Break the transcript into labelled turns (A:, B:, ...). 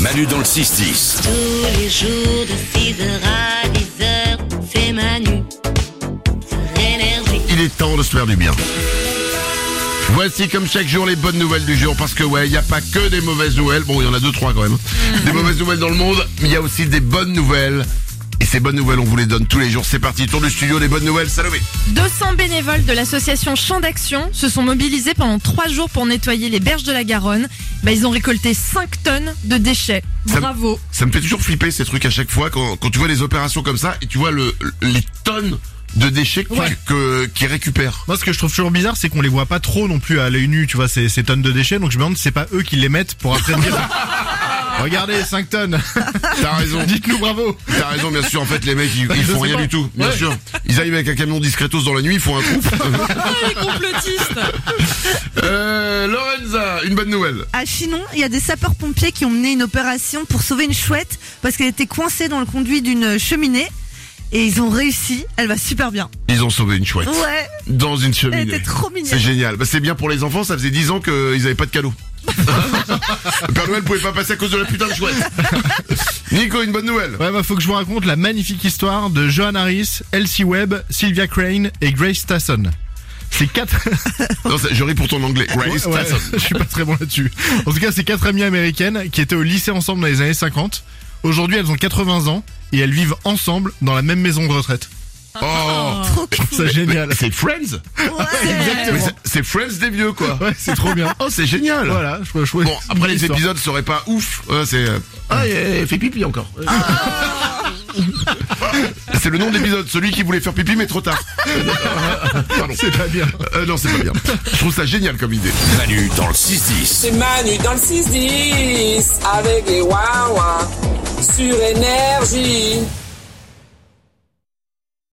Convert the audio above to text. A: Manu dans le 6-10.
B: Tous les jours de 6h à 10h, c'est Manu sur énergie.
C: Il est temps de se faire du bien. Voici comme chaque jour les bonnes nouvelles du jour parce que ouais, il n'y a pas que des mauvaises nouvelles. Bon, il y en a deux trois quand même.
D: Mm.
C: Des mauvaises nouvelles dans le monde, mais il y a aussi des bonnes nouvelles. Et ces bonnes nouvelles, on vous les donne tous les jours. C'est parti, tour du studio des bonnes nouvelles. Salomé.
E: 200 bénévoles de l'association Champ d'Action se sont mobilisés pendant trois jours pour nettoyer les berges de la Garonne. Bah, ils ont récolté 5 tonnes de déchets.
C: Ça me-
E: Bravo.
C: Ça me fait toujours flipper ces trucs à chaque fois quand, quand tu vois les opérations comme ça et tu vois le, les tonnes de déchets que-
D: Ouais.
C: que- qu'ils récupèrent.
D: Moi, ce que je trouve toujours bizarre, c'est qu'on les voit pas trop non plus à l'œil nu, tu vois, ces, ces tonnes de déchets. Donc, je me demande si c'est pas eux qui les mettent pour après dire. Regardez, 5 tonnes.
C: T'as raison.
D: Dites-nous bravo.
C: T'as raison, bien sûr. En fait, les mecs, ils, ils
D: Je
C: font
D: sais
C: rien
D: pas.
C: du tout. Bien
D: Ouais.
C: sûr. Ils arrivent avec un camion discretos dans la nuit, ils font un trou.
E: les complotistes.
C: euh, Lorenza, une bonne nouvelle.
F: À Chinon, il y a des sapeurs-pompiers qui ont mené une opération pour sauver une chouette parce qu'elle était coincée dans le conduit d'une cheminée. Et ils ont réussi, elle va super bien.
C: Ils ont sauvé une chouette.
F: Ouais,
C: Dans une cheminée.
F: elle était trop
C: C'est
F: mignonne.
C: génial. Bah, c'est bien pour les enfants, ça faisait 10 ans qu'ils avaient pas de cadeau. Le Père Noël pouvait pas passer à cause de la putain de chouette. Nico, une bonne nouvelle.
D: Ouais, bah, faut que je vous raconte la magnifique histoire de Johan Harris, Elsie Webb, Sylvia Crane et Grace Tasson. Ces quatre,
C: Non, c'est- je ris pour ton anglais. Grace
D: Ouais, ouais,
C: Tyson.
D: je suis pas très bon là-dessus. En tout cas, ces quatre amies américaines qui étaient au lycée ensemble dans les années 50. Aujourd'hui, elles ont 80 ans et elles vivent ensemble dans la même maison de retraite.
C: Oh.
F: Trop cool.
D: C'est génial.
C: C'est Friends
F: Ouais.
C: Mais c'est- C'est Friends des vieux, quoi.
D: Ouais, c'est trop bien.
C: Oh, c'est génial.
D: Voilà, je, je
C: Bon, après les
D: histoire.
C: épisodes seraient pas ouf. Ouais, c'est. euh, Ah, elle fait pipi encore. c'est le nom de l'épisode, celui qui voulait faire pipi mais trop tard. Pardon.
D: C'est pas bien.
C: Euh, non, c'est pas bien. Je trouve ça génial comme idée.
A: Manu dans le 6-10.
G: C'est Manu dans le 6-10 avec les Wawa sur énergie.